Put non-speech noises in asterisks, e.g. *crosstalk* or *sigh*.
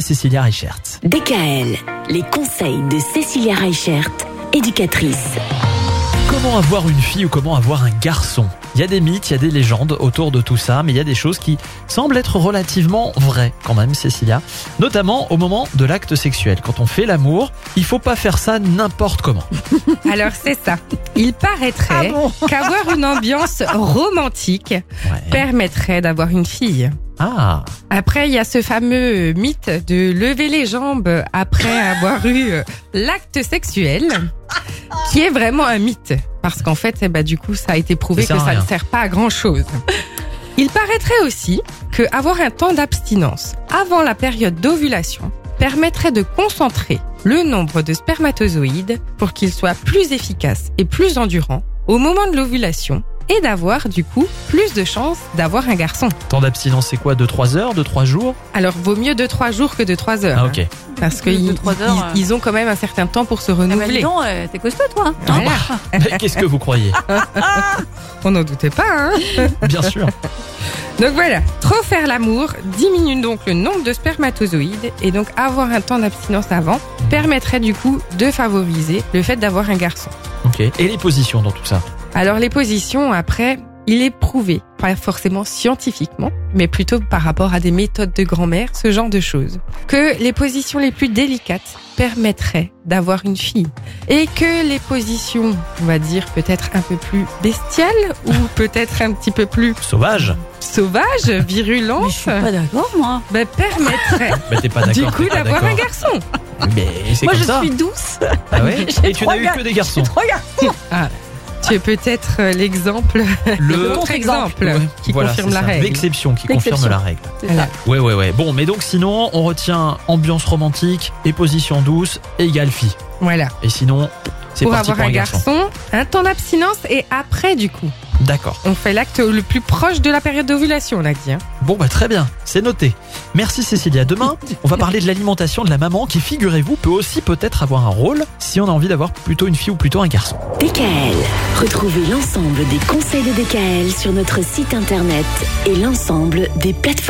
Cécilia Reichert. DKL, les conseils de Cécilia Reichert, éducatrice. Comment avoir une fille ou comment avoir un garçon Il y a des mythes, il y a des légendes autour de tout ça, mais il y a des choses qui semblent être relativement vraies quand même, Cécilia. Notamment au moment de l'acte sexuel. Quand on fait l'amour, il faut pas faire ça n'importe comment. Alors c'est ça. Il Ah Ah paraîtrait qu'avoir une ambiance romantique Ouais. permettrait d'avoir une fille. Ah, Après, il y a ce fameux mythe de lever les jambes après avoir eu euh, l'acte sexuel, qui est vraiment un mythe. Parce qu'en fait, eh ben, du coup, ça a été prouvé Ça sert que à ça ne rien. sert pas à grand chose. Il paraîtrait aussi que avoir un temps d'abstinence avant la période d'ovulation permettrait de concentrer le nombre de spermatozoïdes pour qu'ils soient plus efficaces et plus endurants au moment de l'ovulation et d'avoir du coup plus de chances d'avoir un garçon. temps d'abstinence c'est quoi De 3 heures De 3 jours Alors, vaut mieux de trois jours que de trois heures. Ah ok. hein, Parce Plus de qu'ils trois heures, euh. ont quand même un certain temps pour se Ah bah dis renouveler. donc, euh, t'es costaud toi. hein Voilà. Ah. Mais Qu'est-ce que vous croyez On n'en doutait pas. Hein Bien sûr. donc voilà, trop faire l'amour diminue donc le nombre de spermatozoïdes et donc avoir un temps d'abstinence avant permettrait du coup de favoriser le fait d'avoir un garçon. Ok. Et les positions dans tout ça Alors les positions, après, il est prouvé, pas forcément scientifiquement, mais plutôt par rapport à des méthodes de grand-mère, ce genre de choses, que les positions les plus délicates permettraient d'avoir une fille. Et que les positions, on va dire peut-être un peu plus bestiales, ou *laughs* peut-être un petit peu plus Sauvage sauvages, Mais je virulentes, suis pas d'accord moi. ben, permettraient Mais t'es pas du d'accord. coup t'es pas d'avoir un d'accord. garçon. Mais c'est Moi comme je ça. suis douce. Ah ouais *laughs* J'ai Et tu trois n'as eu gars- que des garçons. J'ai trois garçons. Tu es peut-être euh, l'exemple, Le contre-exemple Ouais, qui voilà, confirme c'est la ça. règle. L'exception qui confirme L'exception. la règle. C'est Voilà. ça. Ouais, ouais, ouais. Bon, mais donc sinon, on retient ambiance romantique et position douce égale fille. Voilà. Et sinon, c'est Pour parti avoir pour un garçon, un temps d'abstinence et après du coup. D'accord. On fait l'acte le plus proche de la période d'ovulation, on a dit. hein. Bon, bah très bien, c'est noté. Merci Cécilia. Demain, on va parler de l'alimentation de la maman qui, figurez-vous, peut aussi peut-être avoir un rôle si on a envie d'avoir plutôt une fille ou plutôt un garçon. DKL, retrouvez l'ensemble des conseils de DKL sur notre site internet et l'ensemble des plateformes.